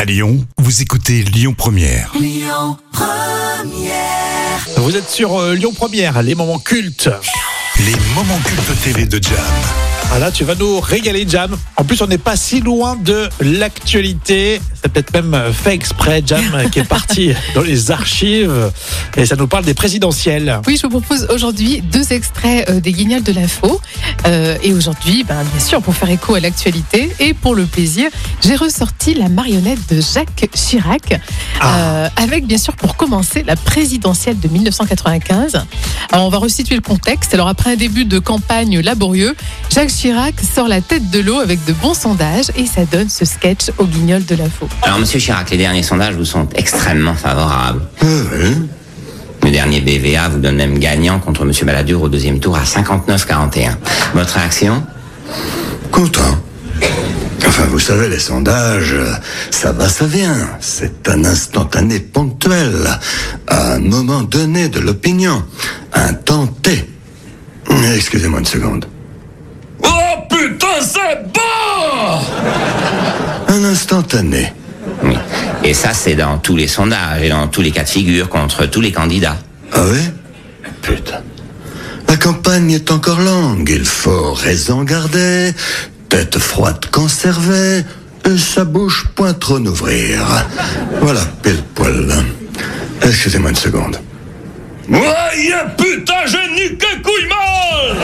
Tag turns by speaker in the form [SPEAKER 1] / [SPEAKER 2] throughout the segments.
[SPEAKER 1] À Lyon, vous écoutez Lyon Première.
[SPEAKER 2] Vous êtes sur euh, Lyon Première, les moments cultes.
[SPEAKER 1] Les moments cultes TV de Jam.
[SPEAKER 2] Ah là, tu vas nous régaler, Jam. En plus, on n'est pas si loin de l'actualité. C'est peut-être même euh, fait exprès, Jam, euh, qui est parti dans les archives. Et ça nous parle des présidentielles.
[SPEAKER 3] Oui, je vous propose aujourd'hui deux extraits euh, des Guignols de l'info. Euh, et aujourd'hui, ben, bien sûr, pour faire écho à l'actualité et pour le plaisir, j'ai ressorti la marionnette de Jacques Chirac, euh, avec bien sûr pour commencer la présidentielle de 1995. Alors, on va restituer le contexte. Alors après un début de campagne laborieux, Jacques Chirac sort la tête de l'eau avec de bons sondages et ça donne ce sketch aux Guignols de l'info. Ah,
[SPEAKER 4] Alors, monsieur Chirac, les derniers sondages vous sont extrêmement favorables. Le dernier BVA vous donne même gagnant contre monsieur Balladur au deuxième tour à 59-41. Votre réaction
[SPEAKER 5] Content. hein. Enfin, vous savez, les sondages, euh, ça va, ça vient. C'est un instantané ponctuel, à un moment donné de l'opinion, un temps T. Excusez-moi une seconde.
[SPEAKER 6] Oh putain, c'est bon
[SPEAKER 5] Un instantané.
[SPEAKER 4] Oui. Et ça, c'est dans tous les sondages et dans tous les cas de figure contre tous les candidats.
[SPEAKER 5] Ah oui Putain. La campagne est encore longue, il faut raison garder, tête froide conservée, et sa bouche point trop n'ouvrir. Voilà, pile poil. Excusez-moi une seconde.
[SPEAKER 6] Ouais, yeah, putain, je nique que couille mal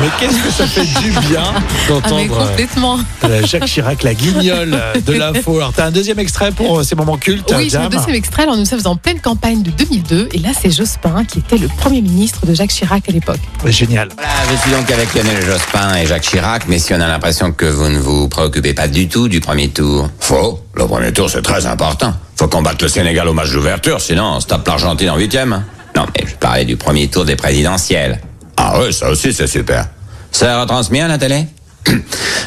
[SPEAKER 2] Mais qu'est-ce que ça fait du bien
[SPEAKER 3] Ah mais
[SPEAKER 2] d'entendre
[SPEAKER 3] complètement.
[SPEAKER 2] euh, Jacques Chirac, la guignole euh, de l'info. Alors, t'as un deuxième extrait pour euh, ces moments cultes,
[SPEAKER 3] Oui, j'ai
[SPEAKER 2] Jam.
[SPEAKER 3] le deuxième extrait. Alors, nous sommes en pleine campagne de 2002. Et là, c'est Jospin qui était le premier ministre de Jacques Chirac à l'époque.
[SPEAKER 2] Ouais, Génial.
[SPEAKER 4] Voilà, je suis donc avec Lionel Jospin et Jacques Chirac, mais si on a l'impression que vous ne vous préoccupez pas du tout du premier tour.
[SPEAKER 7] Faux. Le premier tour, c'est très important. Faut combattre le Sénégal au match d'ouverture, sinon on se tape l'Argentine en huitième. hein.
[SPEAKER 4] Non, mais je parlais du premier tour des présidentielles.
[SPEAKER 7] Ah ouais, ça aussi, c'est super.
[SPEAKER 4] Ça retransmis à la télé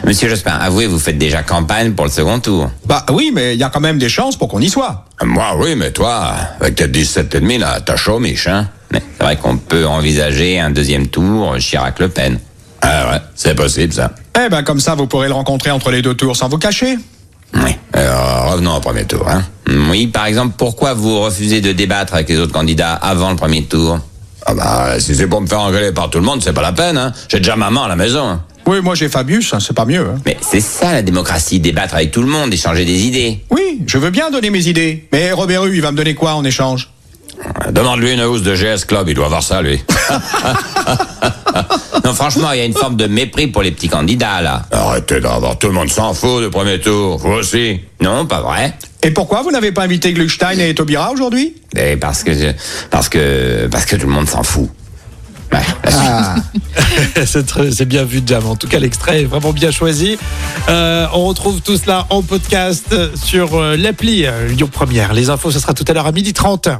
[SPEAKER 4] Monsieur Jospin, avouez, vous faites déjà campagne pour le second tour.
[SPEAKER 8] Bah oui, mais il y a quand même des chances pour qu'on y soit.
[SPEAKER 7] Moi, oui, mais toi, avec tes 17 et demi, là, t'as chaud, Mich, hein
[SPEAKER 4] Mais c'est vrai qu'on peut envisager un deuxième tour Chirac-Le Pen.
[SPEAKER 7] Ah ouais, c'est possible, ça.
[SPEAKER 8] Eh ben comme ça, vous pourrez le rencontrer entre les deux tours sans vous cacher.
[SPEAKER 4] Oui.
[SPEAKER 7] Alors, revenons au premier tour, hein.
[SPEAKER 4] Oui, par exemple, pourquoi vous refusez de débattre avec les autres candidats avant le premier tour
[SPEAKER 7] Ah bah, si c'est pour me faire engueuler par tout le monde, c'est pas la peine, hein. J'ai déjà maman à la maison, hein.
[SPEAKER 8] Oui, moi j'ai Fabius, hein, c'est pas mieux. hein.
[SPEAKER 4] Mais c'est ça la démocratie, débattre avec tout le monde, échanger des idées.
[SPEAKER 8] Oui, je veux bien donner mes idées. Mais Robert Hue, il va me donner quoi en échange
[SPEAKER 7] Demande-lui une hausse de GS Club, il doit avoir ça, lui.
[SPEAKER 4] Non, franchement, il y a une forme de mépris pour les petits candidats, là.
[SPEAKER 7] Arrêtez d'avoir tout le monde s'en fout du premier tour, vous aussi.
[SPEAKER 4] Non, pas vrai
[SPEAKER 8] Et pourquoi vous n'avez pas invité Gluckstein et Taubira aujourd'hui
[SPEAKER 4] Eh, Parce que... je- Parce que... Parce que tout le monde s'en fout. Ouais, la suite.
[SPEAKER 2] c'est très- c'est bien vu, Jam. En tout cas, l'extrait est vraiment bien choisi. Euh, on retrouve tout cela en podcast sur euh, l'appli euh, Lyon Première. Les infos, ce sera tout à l'heure à 12h30.